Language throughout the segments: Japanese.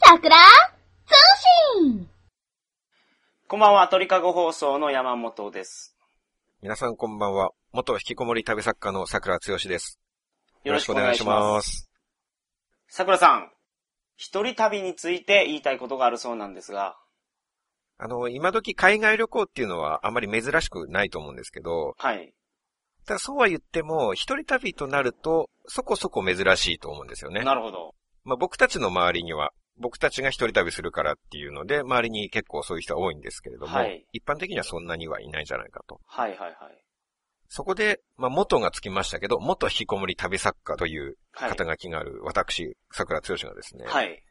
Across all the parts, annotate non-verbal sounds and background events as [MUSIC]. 桜通信こんばんは、鳥かご放送の山本です。皆さんこんばんは。元引きこもり旅作家の桜剛です。よろしくお願いします。す。桜さん、一人旅について言いたいことがあるそうなんですが、あの、今時海外旅行っていうのはあまり珍しくないと思うんですけど、はい。ただそうは言っても、一人旅となると、そこそこ珍しいと思うんですよね。なるほど。まあ僕たちの周りには、僕たちが一人旅するからっていうので、周りに結構そういう人は多いんですけれども、はい一般的にはそんなにはいないんじゃないかと。はいはいはい。そこで、まあ元がつきましたけど、元引きこもり旅作家というはい。肩書きがある私、桜剛がですね、はい。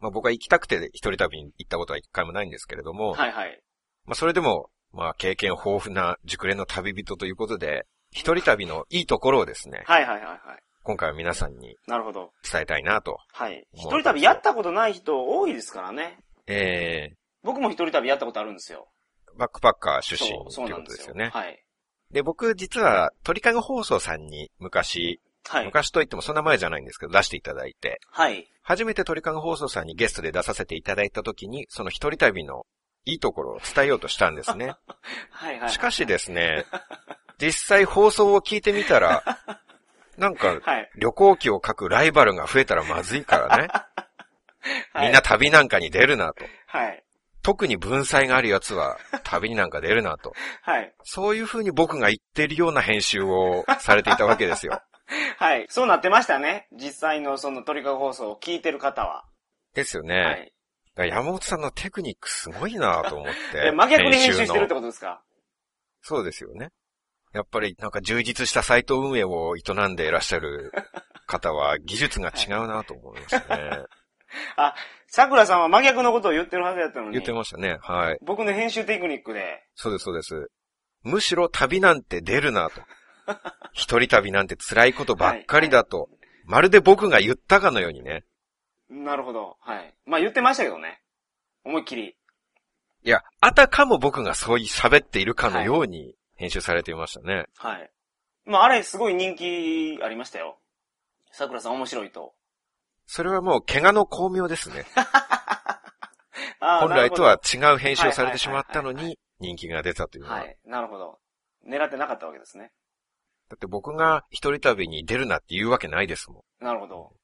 まあ僕は行きたくて一人旅に行ったことは一回もないんですけれども、はいはい。まあそれでも、まあ経験豊富な熟練の旅人ということで、一人旅のいいところをですね、はいはいはいはい。今回は皆さんになるほど。伝えたいなと。はい。一もう人旅やったことない人多いですからね。え僕も一人旅やったことあるんですよ。ー、バックパッカー出身そう、そうといなうこんとでですすよ。よね。はい。で、僕実は鳥かご放送さんに昔、はい。昔といってもそんな前じゃないんですけど出していただいて、はい。初めて鳥かご放送さんにゲストで出させていただいた時に、その一人旅のいいところを伝えようとしたんで [LAUGHS] すね。はいはい。しかしですね、実際放送を聞いてみたら、なんか、はい。旅行記を書くライバルが増えたらまずいからね。 [LAUGHS] はい。みんな、旅なんかに出るなと。はい。特に文才があるやつは旅になんか出るなと。はい。そういう風に僕が言ってるような編集をされていたわけで [LAUGHS] すよ。はい。そうなってましたね。実際のその鳥かご放送を聞いてる方は。ですよはね。い。山本さんのテクニックすごいなと思っえ、て。真逆に編集のしてるってことですかそうですよね。やっぱりなんか充実したサイト運営を営んでいらっしゃる方は技術が違うなと思いますね。桜さんは真逆のことを言ってるはずやったのに。言ってましたね。はい。僕の編集テクニックで。そうです、そうです。むしろ旅なんて出 [LAUGHS] るなと。一人旅なんて辛いことばっかりだと。まるで僕が言ったかのようにね。なるほど。はい。まあ言ってましたけどね。思いっきり。いや、あたかも僕がそういう喋っているかのように編集されていましたね。はい。まああれすごい人気ありましたよ。桜さん面白いと。それはもう怪我の巧妙ですね。 [LAUGHS] あー本来と。なるは違う編集をされてしまったのに人気が出たというほのどは。はい。なるほど。狙ってなかったわけですね。だって僕が一人旅に出るなって言うわけないですもん。なるほど。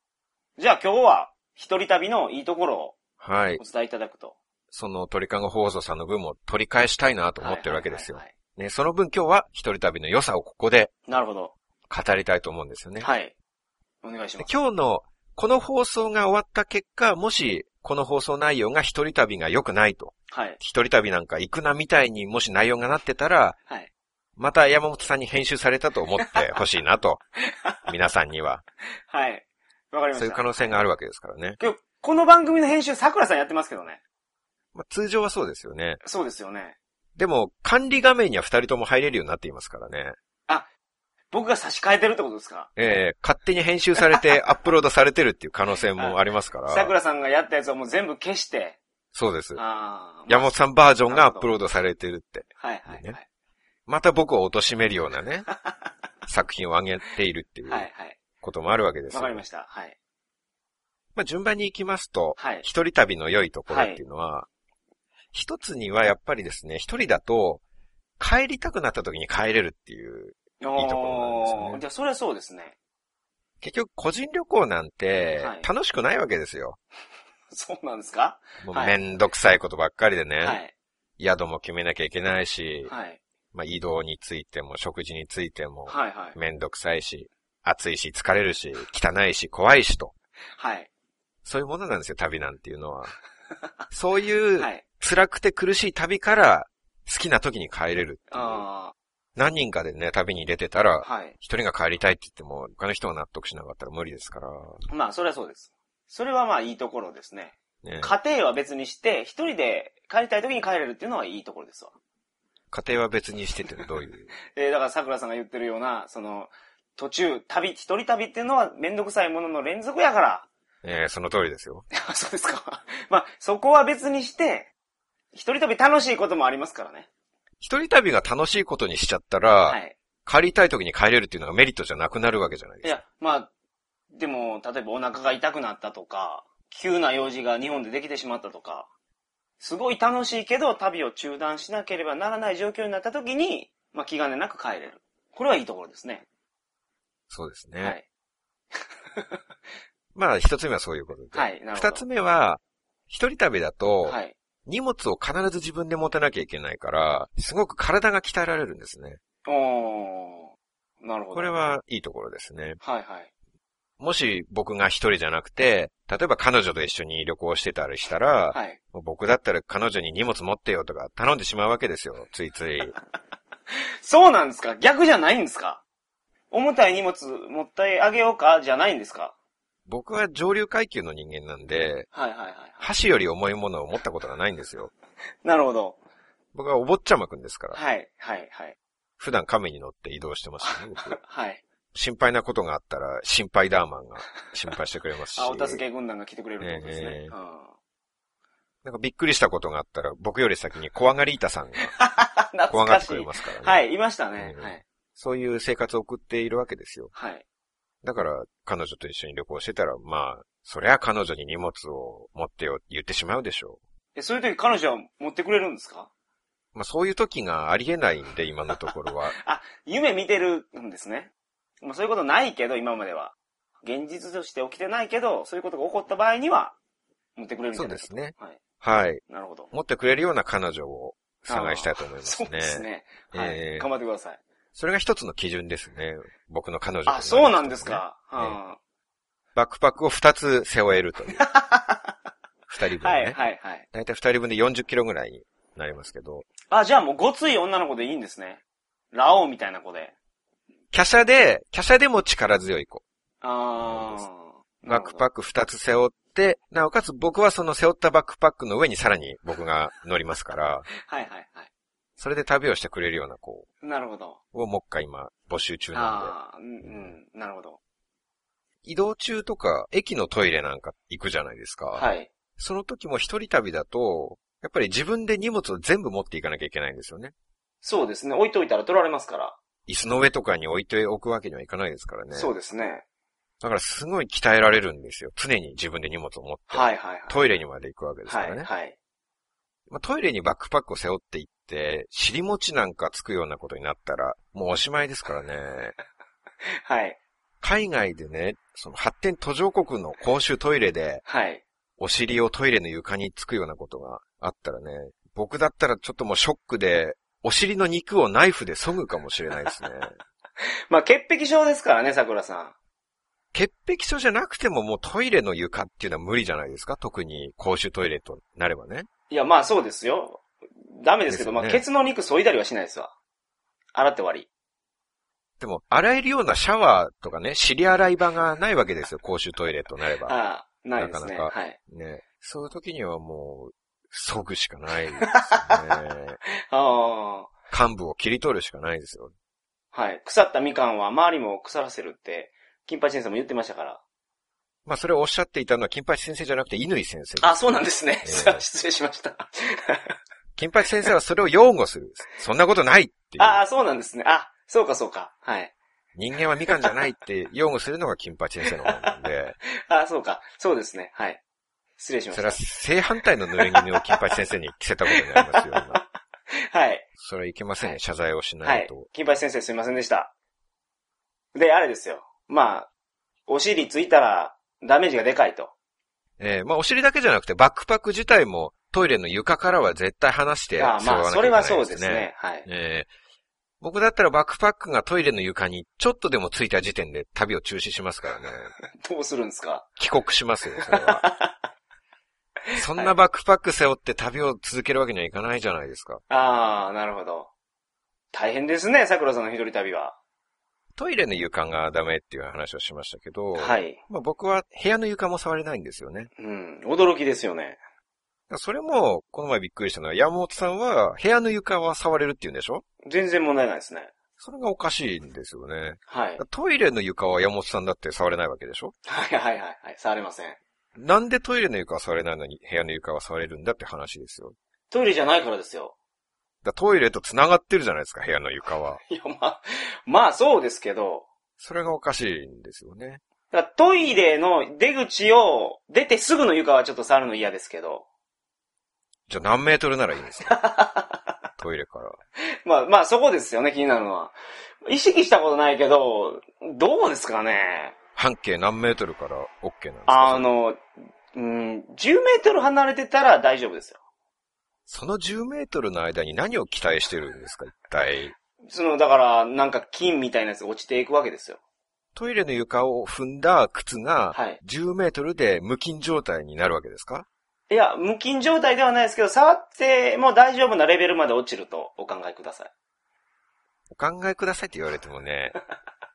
じゃあ今日は、一人旅のいいところをはいお。伝えいただくと。その鳥かご放送さんの分も取り返したいなと思ってるわけですよはい。はいはいね、その分今日は一人旅の良さをここではいなるほど。語りたいと思うんですよね。はい。お願いしでます。今日のこの放送が終わった結果、もしこの放送内容が一人旅が良くないと、はい。一人旅なんか行くなみたいにもし内容がなってたら、はい。また山本さんに編集されたと思ってほしい [LAUGHS] なと、皆さんには。はい。わかりまそしういう可た。能性があるわけですからね。今日、この番組の編集、桜さんやってますけどね。まあ、通常はそうですよね。そうですよね。でも、管理画面には二人とも入れるようになっていますからね。僕が差し替えてるってことですかええ勝手に編集されてアップロードされてるっていう可能性もありますから。 [LAUGHS] 桜さんがやったやつをもう全部消して、そうです。あー山本さんバージョンながるアほどップロードされてるって。はいはいはい。また僕を貶めるよう [LAUGHS] なね、作品を上げているっていうはいはい。こともあるわけですよ。わかりました。はい。まあ、順番に行きますと、はい一人旅の良いところっていうのは、一つにはやっぱりですね、一人だと、帰りたくなった時に帰れるっていう、おいいところなんですよねじゃあ、それはそうですね。結局個人旅行なんてはい楽しくないわけですよ。そうなんですかもはういめんどくさいことばっかりでね、はい。宿も決めなきゃいけないし、はい。まあ、移動についても食事についても、はいはい。めんどくさいし、暑いし疲れるし、汚いし怖いしと。はい。そういうものなんですよ、旅なんていう [LAUGHS] のは。そういうはい。辛くて苦しい旅から好きな時に帰れるっていう。あ何人かでね、旅に出てたあ。ら、はい。一人が帰りたいって言っても、他の人が納得しなかったら無理ですから。まあ、それはそうです。それはまあ、いいところですね。ね、家庭は別にして、一人で帰りたい時に帰れるっていうのはいいところですわ。家庭は別にしててどう [LAUGHS] いう。えーだから桜さんが言ってるような、その、途中、旅、一人旅っていうのはめんどくさいものの連続やから。 [LAUGHS] えーその通りですよ。あそうですか。 [LAUGHS] まあ、そこは別にして、一人旅楽しいこともありますからね。一人旅が楽しいことにしちゃったら、はい。帰りたい時に帰れるっていうのがメリットじゃなくなるわけじゃないいですか。や、まあ、でも、例えばお腹が痛くなったとか、急な用事が日本でできてしまったとか、すごい楽しいけど旅を中断しなければならない状況になった時に、まあ、気兼ねなく帰れる。これはいいところですね。そうですね。はい。まあ、一つ目はそういうことで。はい、なるほど。二つ目は、一人旅だと、はい。荷物を必ず自分で持たなきゃいけないから、すごく体が鍛えられるんですね。おー、なるほど。これ、はいいところですね。はいはい。もし僕が一人じゃなくて、例えば彼女と一緒に旅行してたりしたら、はい。もう僕だったら彼女に荷物持ってよとか頼んでしまうわけですよ、つい [LAUGHS] つい。そうなんですか逆じゃないんですか重たい荷物持ってあげようかじゃないんですか僕は上流階級の人間なんで、はいはいはいはい。箸より重いものを持ったことがないんですよ。なるほど。僕はお坊ちゃまくんですから。はい、はい、はい。普段亀に乗って移動してますよね、僕はい。心配なことがあったら、心配ダーマンが心配してくれますし。 [LAUGHS] あ、お助け軍団が来てくれるってことですえねえ。うん [LAUGHS] なんかびっくりしたことがあったら、僕より先に怖がりいたさ [LAUGHS] んが懐怖がかってしくれい。ますからね。はい、いましたね。うんはい。そういう生活を送っているわけですよ。はい。だから、彼女と一緒に旅行してたら、まあ、そりゃ彼女に荷物を持ってよって言ってしまうでしょえ、そういう時彼女は持ってくれるんですかう。まあそういう時がありえないんで、今のところは。夢見てるんですね。まあそういうことないけど、今までは。現実として起きてないけど、そういうことが起こった場合には、持ってくれるんじそゃうないでかとすね。 [LAUGHS] はい。はい。なるほど。持ってくれるような彼女を探したいと思いますそうね。ですね。はい、ええ頑張ってください。それが一つの基準ですね。僕の彼女とのあ、そうなんですか。ええはバックパックを二つ背負えると [LAUGHS] いう。二人分ね。あはい、はい、はい。だいたい二人分で40キロぐらいになりますけど。あ、じゃあもうごつい女の子でいいんですね。ラオウみたいな子で。華奢で、華奢でも力強い子。あー。バックパッック二つ背負って、なおかつ僕はその背負ったバックパックの上にさらに僕が乗りますから、ク。はい、はい、はそれで旅をしてくれるような子い。なるほど。をもう一回今募集中なあー、んで。うん、うん、なるほど。移動中とか駅のトイレなんか行くじゃないですか。はい。その時も一人旅だと、やっぱり自分で荷物を全部持っていかなきゃいけないんですよね。そうですね。置いといたら取られますから。椅子の上とかに置いておくわけにはいかないですからね。そうですね。だからすごい鍛えられるんですよ。常に自分で荷物を持って。はい、はい、はい。トイレにまで行くわけですからね。はい、はい。まあ、トイレにバックパックを背負って行って、尻餅なんかつくようなことになったら、もうおしまいですからね。はい。海外でね、その発展途上国の公衆トイレで、はい。お尻をトイレの床につくようなことがあったらね、僕だったらちょっともうショックで、お尻の肉をナイフで削ぐかもしれないですね。まあ、潔癖症ですからね、桜さん。潔癖症じゃなくてももうトイレの床っていうのは無理じゃないですか特に公衆トイレとなればね。いや、まあ、そうですよ。ダメですけど、ですよねまあ、ケツの肉削いだりはしないですわ。洗って終わり。でも、洗えるようなシャワーとかね、尻洗い場がないわけですよ、公衆トイレとなれば。ああ、ないですね。なかなはい。ね、そういう時にはもう、削ぐしかないですね。あ幹部を切り取るしかないですよ。あ、はい。腐ったみかんは周りも腐らせるって、金八先生も言ってましたから。まあ、それをおっしゃっていたのは、金八先生じゃなくて、乾先生。あ、そうなんですね。ええさあ失礼しました。金八先生はそれを擁護する。そんなことないっていう。ああ、そうなんですね。あ、そうかそうか。はい。人間はみかんじゃないって擁護するのが金八先生の方なんで、ああ、そうか。そうですね。はい。失礼しまそしれはた。正反対の濡れ衣を金八先生に着せたことになります [LAUGHS] よ、今。はい。それはいけませんね、謝罪をしはないいと。。金八先生すいませんでした。で、あれですよ。まあ、お尻ついたらダメージがでかいと。えーまあ、お尻だけじゃなくて、バックパック自体もトイレの床からは絶対離して背負あわあなきゃいけないまあ、それはそうですね。はい。えー僕だったらバックパックがトイレの床にちょっとでもついた時点で旅を中止しますか [LAUGHS] らね。どうするんですか帰国しますよ、それ [LAUGHS] は。そんなバックパック背負って旅を続けるわけにはいかないじゃないですか。ああ、なるほど。大変ですね、桜さんの一人旅は。トイレの床がダメっていう話をしましたけど、はい。まあ、僕は部屋の床も触れないんですよね。うん。驚きですよね。それも、この前びっくりしたのは、山本さんは部屋の床は触れるって言うんでしょ全然問題ないですね。それがおかしいんですよね。はい。トイレの床は山本さんだって触れないわけでしょはいはいはいはい。触れません。なんでトイレの床は触れないのに部屋の床は触れるんだって話ですよ。トイレじゃないからですよ。だトイレと繋がってるじゃないですか、部屋の床は。いや、まあ、まあそうですけど、それがおかしいんですよね。だからトイレの出口を出てすぐの床はちょっと触るの嫌ですけど。じゃあ何メートルならいいんですか [LAUGHS] トイレから。まあまあそこですよね、気になるのは。意識したことないけど、どうですかね。半径何メートルから OK なんですかあの、うん、10メートル離れてたら大丈夫ですよ。その10メートルの間に何を期待してるんですか一体。その、だから、なんか金みたいなやつが落ちていくわけですよ。トイレの床を踏んだ靴がはい。 10メートルで無菌状態になるわけですかいや、無菌状態ではないですけど、触っても大丈夫なレベルまで落ちるとお考えください。お考えくださいって言われても [LAUGHS] ね、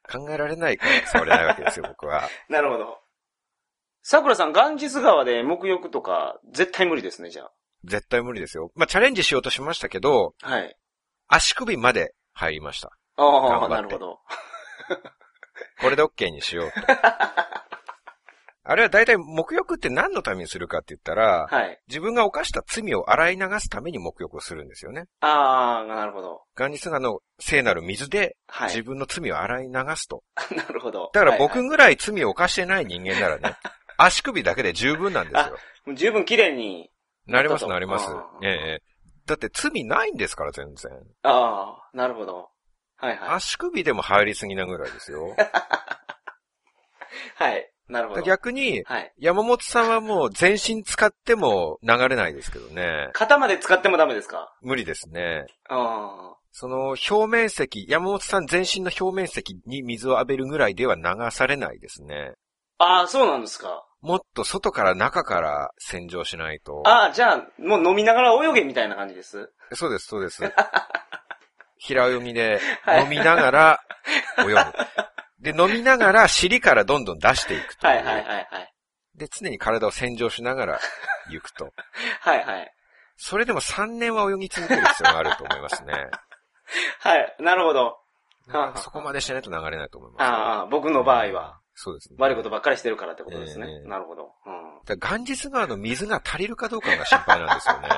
考えられないから触れないわけですよ、僕は。なるほど。桜さん、ガンジス川で沐浴とか、絶対無理ですね、じゃ絶対無理ですよ。まあ、チャレンジしようとしましたけど、あ。はい。足首まで入りました。ああ、頑張なってるほど。これで OK にしようと。あれは大体、沐浴って何のためにするかって言ったら、はい。自分が犯した罪を洗い流すために沐浴をするんですよね。ああ、なるほど。ガンジス川の聖なる水では自い。分の罪を洗い流すと。 [LAUGHS] なるほど。だからはい僕はぐらい罪を犯してない人間なら [LAUGHS] ね、足首だけで十分なんですよ。いもう十分綺麗に。なりますちょっとなりますあ。ーええ。だって罪ないんですから全然。ああ、なるほど。はいはい。足首でも入りすぎなぐらいです [LAUGHS] よ。はい。なるほど。逆に、はい。山本さんはもう全身使っても流れないですけどね。肩まで使ってもダメですか無理ですね。あその表面積、山本さん全身の表面積に水を浴びるぐらいでは流されないですね。あ。ああ、そうなんですか。もっと外から中から洗浄しないと。ああ、じゃあ、もう飲みながら泳げみたいな感じです。そうです、そ [LAUGHS] うです。平泳ぎではい飲みながら泳 [LAUGHS] ぐ。で、飲みながら尻からどんどん出していくといはう。いはいはいはい。で、常に体を洗浄しながら行くと。はいはい。それでも3年は泳ぎ続ける必要があると思いますね。はい、なるほど。 [LAUGHS] はあそこまでしないと流れないと思いますあよ。あああ、僕の場合は、そうですね。悪いことばっかりしてるからってことですね。ええなるほど、うん。だからガンジス川の水が足りるかどうかが心配なんですよね。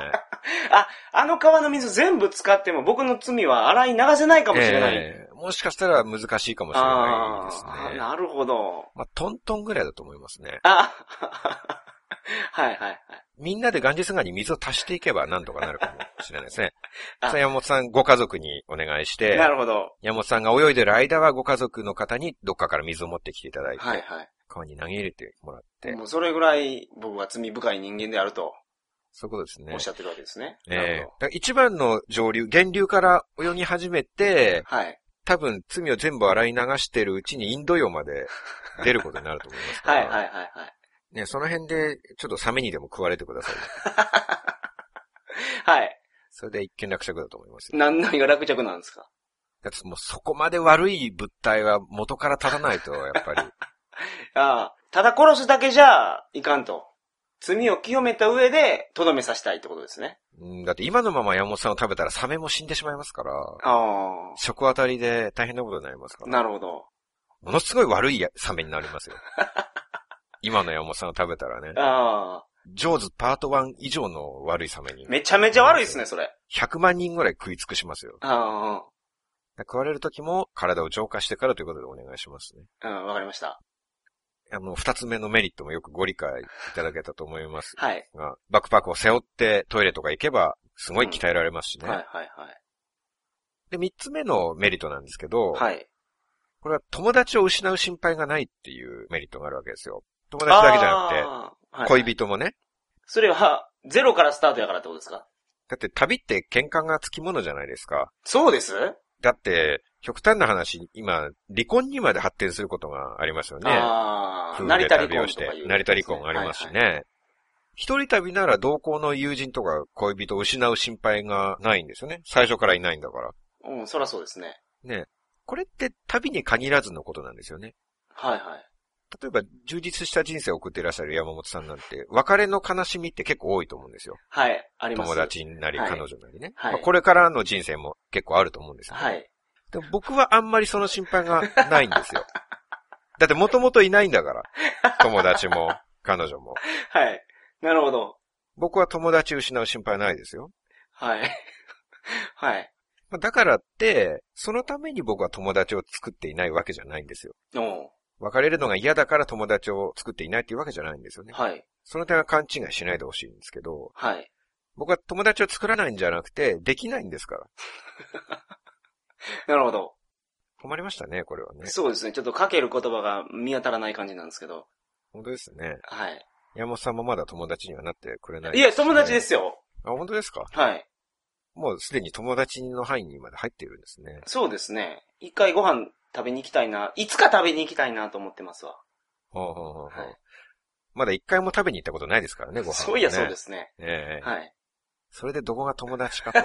あの川の水全部使っても僕の罪は洗い流せない [LAUGHS] かもしれない。ええもしかしたら難しいかもしれあないですあ、ね。なるほど。まあ、トントンぐらいだと思いますね。あ [LAUGHS] はいはいはい。みんなでガンジス川に水を足していけばなんとかなるかもしれないですね [LAUGHS] 。あさあ山本さん、ご家族にお願いして、なるほど。山本さんが泳いでる間はご家族の方にどっかから水を持ってきていただいて、はいはい。川に投げ入れてもらって、もうそれぐらい僕は罪深い人間であるとそういうことですねおっ。しゃってるわけですね。なええるだから一番の上流、源流から泳ぎ始めて、ほど。はい。多分罪を全部洗い流してるうちにインド洋ま [LAUGHS] で出ることになると思いますかはら、いはいはいはい。ね、その辺でちょっとサメにでも食われてください。はい。それで一見落着だと思いますよ。何何が落着なんですかだってもうそこまで悪い物体は元から立たないと、やっ [LAUGHS] ぱり。ああ、ただ殺すだけじゃいかんと。罪を清めた上で、とどめさせたいってことですね。うんだって今のまま山本さんを食べたらサメも死んでしまいますから、あ食あたりで大変なことになりますあ、から。なるほど。ものすごい悪いやサメになり [LAUGHS] ますよ。今の山本さんを食べたらね、ああ、ジョーズパート1以上の悪いサメに、めちゃめちゃ悪いですね、それ。 100万人ぐらい食い尽くしますよ。あ食われる時も体を浄化してからということでお願いしますね。あ、うん、わかりました。あの、二つ目のメリットもよくご理解いただけたと思いますはい。が、バックパックを背負ってトイレとか行けば、すごい鍛えられますしね。はい、はい、で、三つ目のメリットなんですけど、はい。はい。これは友達を失う心配がないっていうメリットがあるわけですよ。友達だけじゃなくああはて、い恋人もね。それは、ゼロからスタートやからってことですかだって旅って喧嘩がつきものじゃないですか。そうです、だって、極端な話、今、離婚にまで発展することがありますよね。ああ、夫婦成で田離旅婚をとしかいうてやつですね、。成田離婚がありますしはいはいね。一人旅なら同行の友人とか恋人を失う心配がないんですよね。最初からいないんだから。うん、そらそうですね。ね。これって旅に限らずのことなんですよね。はい、はい。例えば、充実した人生を送っていらっしゃる山本さんなんて、別れの悲しみって結構多いと思うんですよ。はい、あります。友。達なり、はい彼女なりね。はいまあこれからの人生も結構あると思うんですよ、はい。でも僕はあんまりその心配がないんで [LAUGHS] すよ。だってもともといないんだから。友達も、彼女も。はい。なるほど。僕は友達失う心配ないですよ。はい。 [LAUGHS] はい。まあだからって、そのために僕は友達を作っていないわけじゃないんですよ。おう別れるのが嫌だから友達を作っていないっていうわけじゃないんですよね。はい。その点は勘違いしないでほしいんですけど、はい。僕は友達を作らないんじゃなくて、できないんですから。なるほど。困りましたね、これはね。そうですね。ちょっとかける言葉が見当たらない感じなんですけど。本当ですね。はい。山本さんもまだ友達にはなってくれない、いや、友達ですね。すよ。あ、本当ですかはい。もうすでに友達の範囲にまで入っているんですね。そうですね。一回ご飯食べに行きたいな。いつか食べに行きたいなと思ってますわ。ほうほうほうほうはいまだ一回も食べに行ったことないですからね、ご飯、ね。。そういや、そうですすね。ええはい。それでどこが友達かと。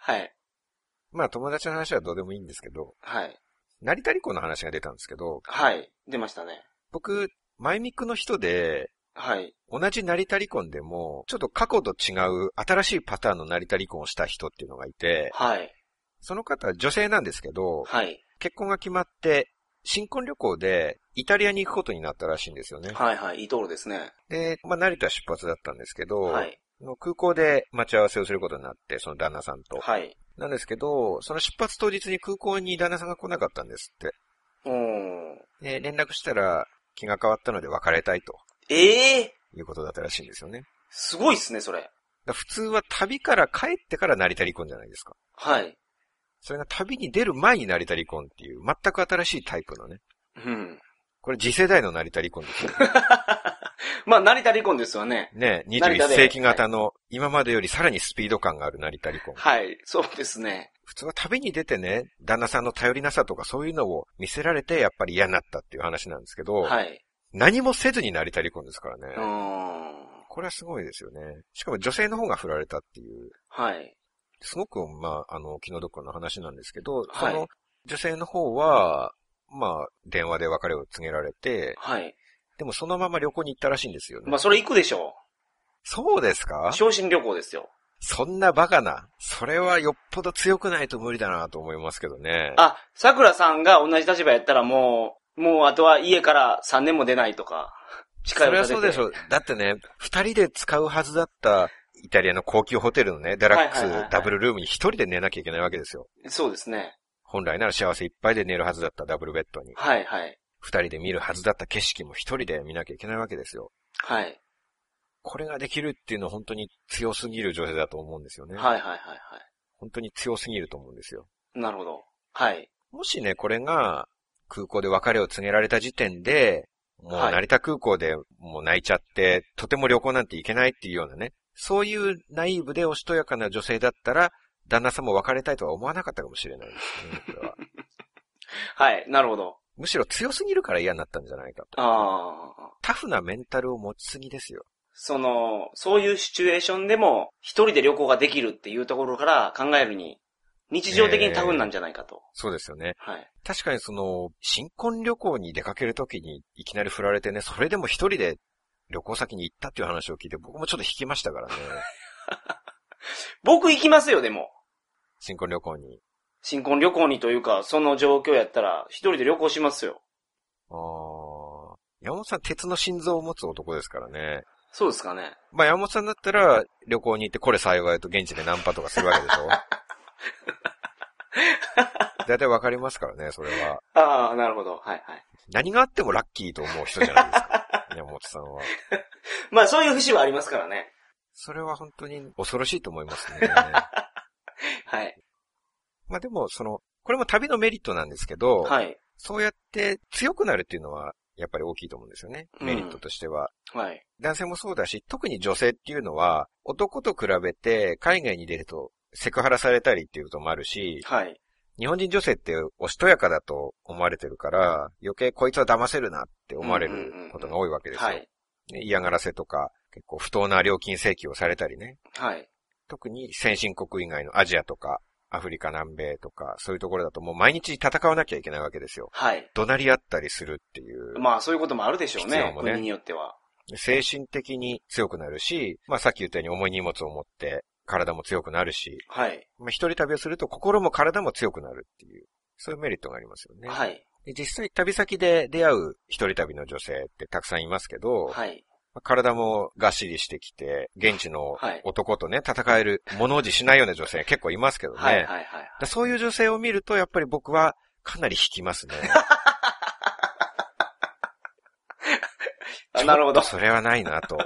はい。 [LAUGHS] まあ友達の話はどうでもいいんですけど、はい。成田理子の話が出たんですけど、はい。出ましたね。僕、マイミクの人で、はい。同じ成田離婚でも、ちょっと過去と違う新しいパターンの成田離婚をした人っていうのがいて、はい。その方は女性なんですけど、はい。結婚が決まって、新婚旅行でイタリアに行くことになったらしいんですよね。はいはい。いいところですね。で、まあ成田出発だったんですけど、はい。あの空港で待ち合わせをすることになって、その旦那さんと。はい。なんですけど、その出発当日に空港に旦那さんが来なかったんですって。おー。で、連絡したら気が変わったので別れたいとええー、いうことだったらしいんですよね。すごいっすね、それ。だから普通は旅から帰ってから成田離婚じゃないですか。はい。それが旅に出る前に成田離婚っていう、全く新しいタイプのね。うん。 [LAUGHS] これ次世代の成田離婚ですよまあ、成田離婚ですわね。ね。ね成田21で世紀型の、今までよりさらにスピード感がある成田離婚。はい。そうですね。普通は旅に出てね、旦那さんの頼りなさとかそういうのを見せられて、やっぱり嫌になったっていう話なんですけど、はい。何もせずに成田離婚ですからうね。ーん。これはすごいですよね。しかも女性の方が振られたっていう、はい。すごく、まあ、あの、気の毒な話なんですけど、はいその女性の方は、まあ、電話で別れを告げられて、はい。でもそのまま旅行に行ったらしいんですよね。まあ、それ行くでしょそうですかう。昇進旅行ですよ。そんなバカな。それはよっぽど強くないと無理だなと思いますけどね。あ、桜さんが同じ立場やったらもう、もうあとは家から3年も出ないと [LAUGHS] か、そ誓いをれは立てて。そうでしょう。だってね、二人で使うはずだった、イタリアの高級ホテルのね、デラックはいはいはいはスいダブルルームに一人で寝なきゃいけないわけですよ。そうですね。本来なら幸せいっぱいで寝るはずだったダブルベッドに。はいはい。二人で見るはずだった景色も一人で見なきゃいけないわけですよ。はい。これができるっていうのは本当に強すぎる女性だと思うんですよね。はいはいはいは本当に強すぎると思うんですよ。い。なるほど。はい。もしね、これが空港で別れを告げられた時点で、もうはい成田空港でもう泣いちゃって、とても旅行なんて行けないっていうようなね、そういうナイーブでおしとやかな女性だったら、旦那さんも別れたいとは思わなかったかもしれないですね、こ [LAUGHS] れは。はい。なるほど。むしろ強すぎるから嫌になったんじゃないかと。ああ。タフなメンタルを持ちすぎですよ。その、そういうシチュエーションでも、一人で旅行ができるっていうところから考えるに、日常的にタフなんじゃないかと。そうですよね。はい。確かにその、新婚旅行に出かけるときにいきなり振られてね、それでも一人で旅行先に行ったっていう話を聞いて、僕もちょっと引きましたか [LAUGHS] らね。僕行きますよ、でも。新婚旅行に。新婚旅行にというか、その状況やったら、一人で旅行しますよ。あー山本さん、鉄の心臓を持つ男ですからね。そうですかね。まあ、山本さんだったら、旅行に行って、これ幸いと現地でナンパとかするわけでしょだいたいわかりますからね、それは。ああ、なるほど。はいはい。何があってもラッキーと思う人じゃないですか。山本さんは。まあそういう節はありますからね。それは本当に恐ろしいと思いますね。はい。まあでも、その、これも旅のメリットなんですけど、はい。そうやって強くなるっていうのは、やっぱり大きいと思うんですよね。メリットとしては。はい。男性もそうだし、特に女性っていうのは、男と比べて海外に出るとセクハラされたりっていうこともあるし、はい。日本人女性っておしとやかだと思われてるから、余計こいつは騙せるなって思われることが多いわけですよ。はい。ね嫌がらせとか、結構不当な料金請求をされたりね。はい。特に先進国以外のアジアとか、アフリカ南米とか、そういうところだともう毎日戦わなきゃいけないわけですよ。はい。怒鳴り合ったりするっていう。まあそういうこともあるでしょう必ね要。もね国によっては。精神的に強くなるし、まあさっき言ったように重い荷物を持って体も強くなるし、はい。まあ一人旅をすると心も体も強くなるっていう、そういうメリットがありますよね。はい。で実際旅先で出会う一人旅の女性ってたくさんいますけど、はい。まあ体もがっしりしてきて、現地のはい男とね、戦える物おじしないような女性結構いますけどね。はい。はい。はい。だそういう女性を見ると、やっぱり僕はかなり引きますね。 [LAUGHS] あなるほど。 [LAUGHS] ちょっとそれはないなと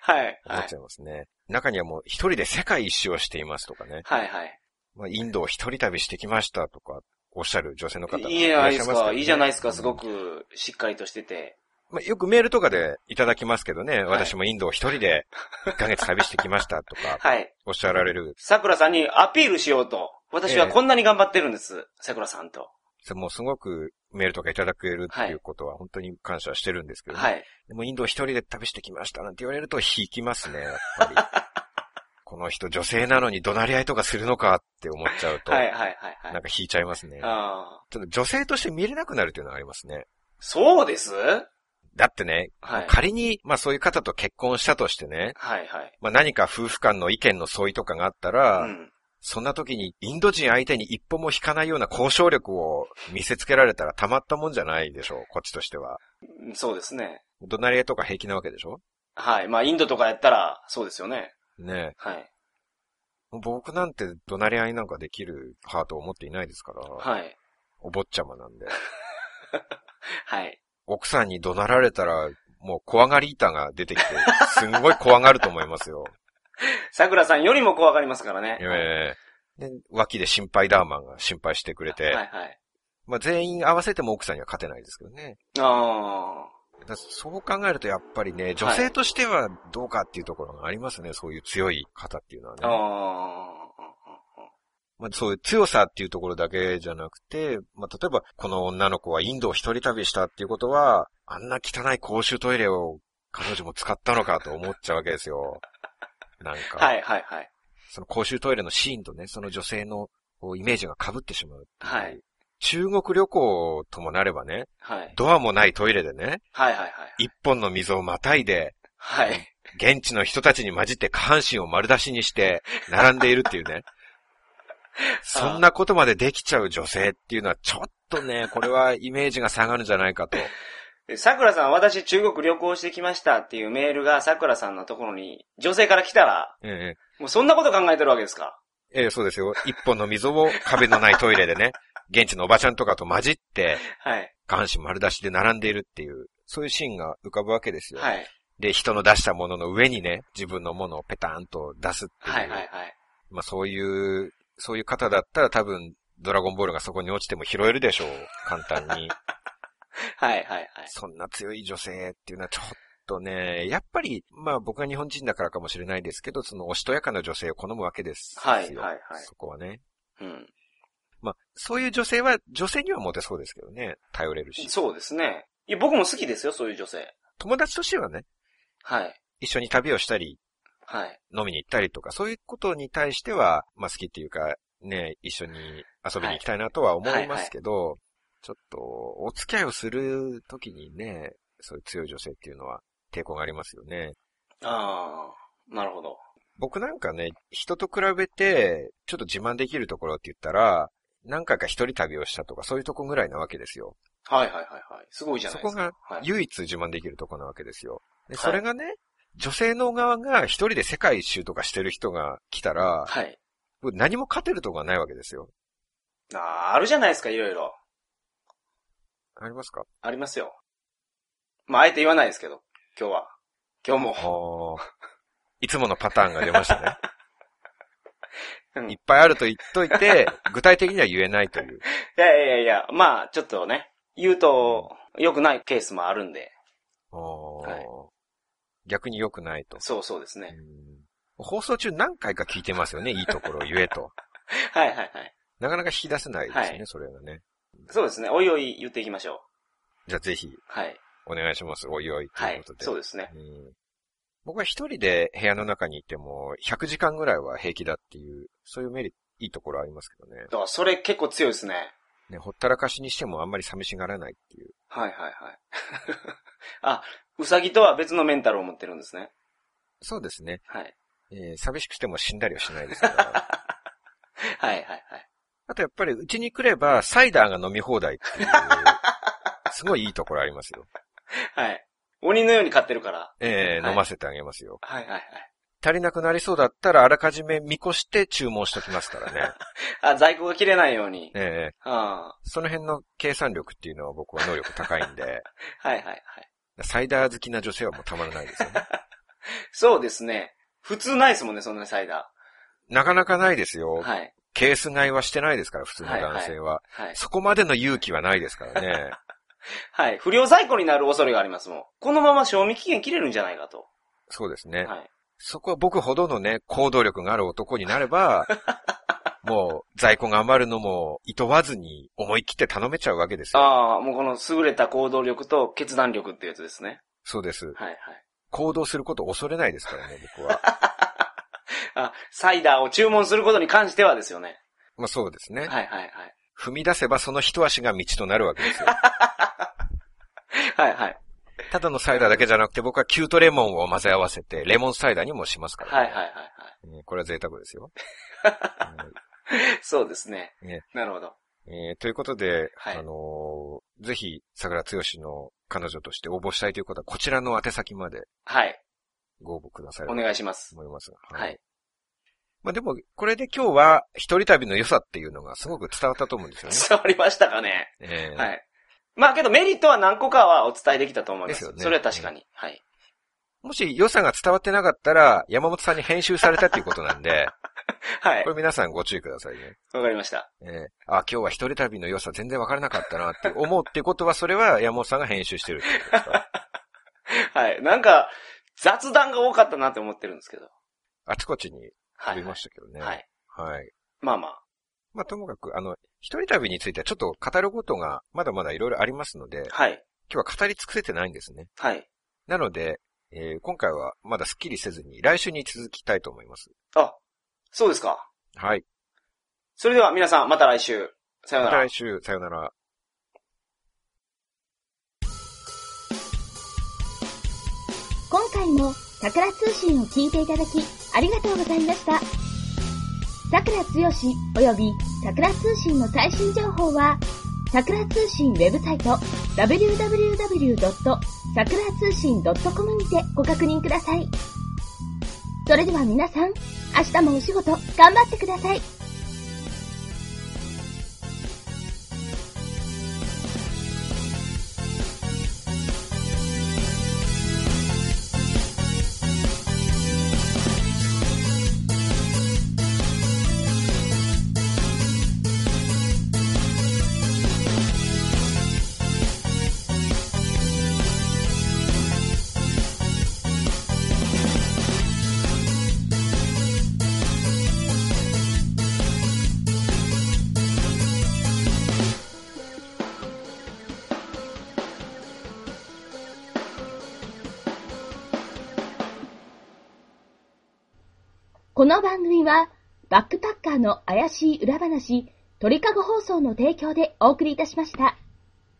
はい。思はっいち。ゃいますね。中にはもう一人で世界一周をしていますとかね。はいはい。まあ、インドを一人旅してきましたとか、おっしゃる女性の方もいいじゃないいですらっしゃますけどか。ねいいじゃないですか。すごくしっかりとしてて。まあ、よくメールとかでいただきますけどね、私もインドを一人 [LAUGHS] で1ヶ月旅してきましたとか、はい。おっしゃられる。桜さんにアピールしようと。私はええこんなに頑張ってるんです。桜さんと。それもうすごくメールとかいただけるっていうことは本当に感謝してるんですけどね、はい。でもインドを一人で旅してきましたなんて言われると引きますね、やっぱり。 [LAUGHS] この人女性なのに怒鳴り合いとかするのかって思っちゃうと、はいはいはいはないん。か引いちゃいますね。ああ。ちょっと女性として見れなくなるっていうのはありますね。そうですだってね、はい。仮に、まあそういう方と結婚したとしてね、はいはい。まあ何か夫婦間の意見の相違とかがあったら、うん。そんな時にインド人相手に一歩も引かないような交渉力を見せつけられたらたまったもんじゃないでしょう、こっちとしては。そうですね。怒鳴り合いとか平気なわけでしょはい。まあ、インドとかやったら、そうですよね。ねえはい。僕なんて怒鳴り合いなんかできるハートを持っていないですから、はい。お坊ちゃまなんで。はい。奥さんに怒鳴られたら、もう怖がり板が出てきて、 [LAUGHS] すんごい怖がると思いま [LAUGHS] すよ。桜さんよりも怖がりますからね。ええで、脇で心配ダーマンが心配してくれて、はいはい。まあ全員合わせても奥さんには勝てないですけどね。あだからそう考えるとやっぱりね、女性としてはどうかっていうところがありますね、そういう強い方っていうのはあ。あね。あ。まあ、そういう強さっていうところだけじゃなくて、まあ、例えばこの女の子はインドを一人旅したっていうことは、あんな汚い公衆トイレを彼女も使ったのかと思っちゃうわけで [LAUGHS] すよ。なんか、はいはいはい。その公衆トイレのシーンとね、その女性のこうイメージが被ってしまう。はい。中国旅行ともなればね、はい。ドアもないトイレでね、はいはい一本の水をまたいで、はい。はい。現地の人たちに混じって下半身を丸出しにして、並んでいるっていう [LAUGHS] ね。そんなことまでできちゃう女性っていうのは、ちょっとね、これはイメージが下がるんじゃないかと。で桜さん、私中国旅行してきましたっていうメールが桜さんのところに女性から来たら、えもうそんなこと考えてるわけですかえええそうですよ。一本の溝を壁のないトイレでね、現地のおばちゃんとかと混じって、はい。下半身丸出しで並んでいるっていう、そういうシーンが浮かぶわけですよ。はい。で、人の出したものの上にね、自分のものをペターンと出すっていう。はいはいはい。まあそういう、そういう方だったら多分、ドラゴンボールがそこに落ちても拾えるでしょう。簡単 [LAUGHS] に。はいはいそんな強い女性っていうのはちょっとね、やっぱり、まあ僕が日本人だからかもしれないですけど、そのおしとやかな女性を好むわけですよ。はいはいはいそこはね。はい。うん。まあ、そういう女性は、女性にはモテそうですけどね。頼れるし。そうですね。いや、僕も好きですよ、そういう女性。友達としてはね、はい。一緒に旅をしたり、はい。飲みに行ったりとか、そういうことに対しては、まあ好きっていうか、ね、一緒に遊びに行きたいなとは思いますけど、ちょっと、お付き合いをするときにね、そういう強い女性っていうのは抵抗がありますよね。ああ、なるほど。僕なんかね、人と比べて、ちょっと自慢できるところって言ったら、何回か一人旅をしたとか、そういうとこぐらいなわけですよ。はいはいはいはい。すごいじゃないですか。そはい、唯一自慢できるとこなわけですよ。ではいそれがね、女性の側が一人で世界一周とかしてる人が来たら、はい。何も勝てるとこがないわけですよ。ああ、あるじゃないですか、いろいろ。ありますかありますよ。まあ、あえて言わないですけど、今日は。今日も。ああ。 [LAUGHS] いつものパターンが出ましたね。 [LAUGHS] うんいいっぱいあると言っといて、具体的には言えないという。やいやいやいや、まあ、ちょっとね、言うと、良くないケースもあるんで。ああ [LAUGHS] はい逆に良くないと。そうそうですうね。ん放送中何回か聞いてますよね。いいところを言えと。 [LAUGHS] はいはいはい。なかなか引き出せないですね、はいそれがね。そうですね、おいおい言っていきましょう。じゃあぜひ、はい。お願いします。おいおい、とはいういこと。で。そうですね。うん僕は一人で部屋の中にいても、100時間ぐらいは平気だっていう、そういうメリット、いいところありますけどね。だからそれ結構強いですね。ね、ほったらかしにしてもあんまり寂しがらないっていう。はいはい [LAUGHS] はい。あ、うさぎとは別のメンタルを持ってるんですね。そうですね。はい。えー寂しくても死んだりはしないです [LAUGHS] から。はいはいはい。あとやっぱりうちに来ればサイダーが飲み放題 [LAUGHS] っていう、すごいいいところありますよ。はい。鬼のように飼ってるから。えーはい飲ませてあげますよ。はいはいはい。足りなくなりそうだったら、あらかじめ見越して注文しときますからね。 [LAUGHS] あ、在庫が切れないように。ええあその辺の計算力っていうのは僕は能力高いんで、 [LAUGHS] あ、はいはいはい。サイダー好きな女性はもうたまらないですよね。そうですね。普通ないですもんね、そんなサイダなかなかないですー。よ。はい。ケース買いはしてないですから、普通の男性は。はい。そこまでの勇気はないですからね。はい。不良在庫になる恐れがありますもん。このまま賞味期限切れるんじゃないかと。そうですね。はい。そこは僕ほどのね、行動力がある男になれ [LAUGHS] ば、もう在庫が余るのも厭わずに思い切って頼めちゃうわけですよ。ああ、もうこの優れた行動力と決断力っていうやつですね。そうです。はいはい。行動することを恐れないですからね、[LAUGHS] 僕は。あ、サイダーを注文することに関してはですよね。まあそうですね。はいはいはい。踏み出せばその一足が道となるわけですよ。はいはい。ただのサイダーだけじゃなくて、僕はキュートレモンを混ぜ合わせて、レモンサイダーにもしますから、はいはいはいはうんこれは贅沢ですよ、 [LAUGHS] い。そうですね。ねなるほど。うんえーということで、はいあのーぜひ、桜剛の彼女として応募したいという方は、こちらの宛先まではい。ご応募ください。お願いします。思いますが。は。い。まあでも、これで今日は、一人旅の良さっていうのがすごく伝わったと思うんですよね。伝わりましたかね。え [LAUGHS] ーはい。まあけどメリットは何個かはお伝えできたと思いまですす。よねそれは確かに。はい。もし良さが伝わってなかったら、山本さんに編集されたっていうことなんで、 [LAUGHS] はいこ。れ皆さんご注意くださいね。わかりました。えーあ、今日は一人旅の良さ全然分からなかったなって思うってことは、それは山本さんが編集してるってことです [LAUGHS] かはい。なんか、雑談が多かったなって思ってるんですけど。あちこちには飛い。びましたけどね。はい。はい。まあまあ。まあ、ともかく、あの、一人旅についてはちょっと語ることがまだまだいろいろありますので、はい。今日は語り尽くせてないんですね。はい。なので、えー今回はまだスッキリせずに、来週に続きたいと思います。あ、そうですか。はい。それでは皆さん、また来週。さようまなたら。来週、さよなら。今回も桜通信を聞いていただきありがとうございました。桜つよし及び桜通信の最新情報は、桜通信ウェブサイト www.sakura 通信 .com にてご確認ください。それでは皆さん、明日もお仕事頑張ってください。この番組は、バックパッカーの怪しい裏話、鳥かご放送の提供でお送りいたしました。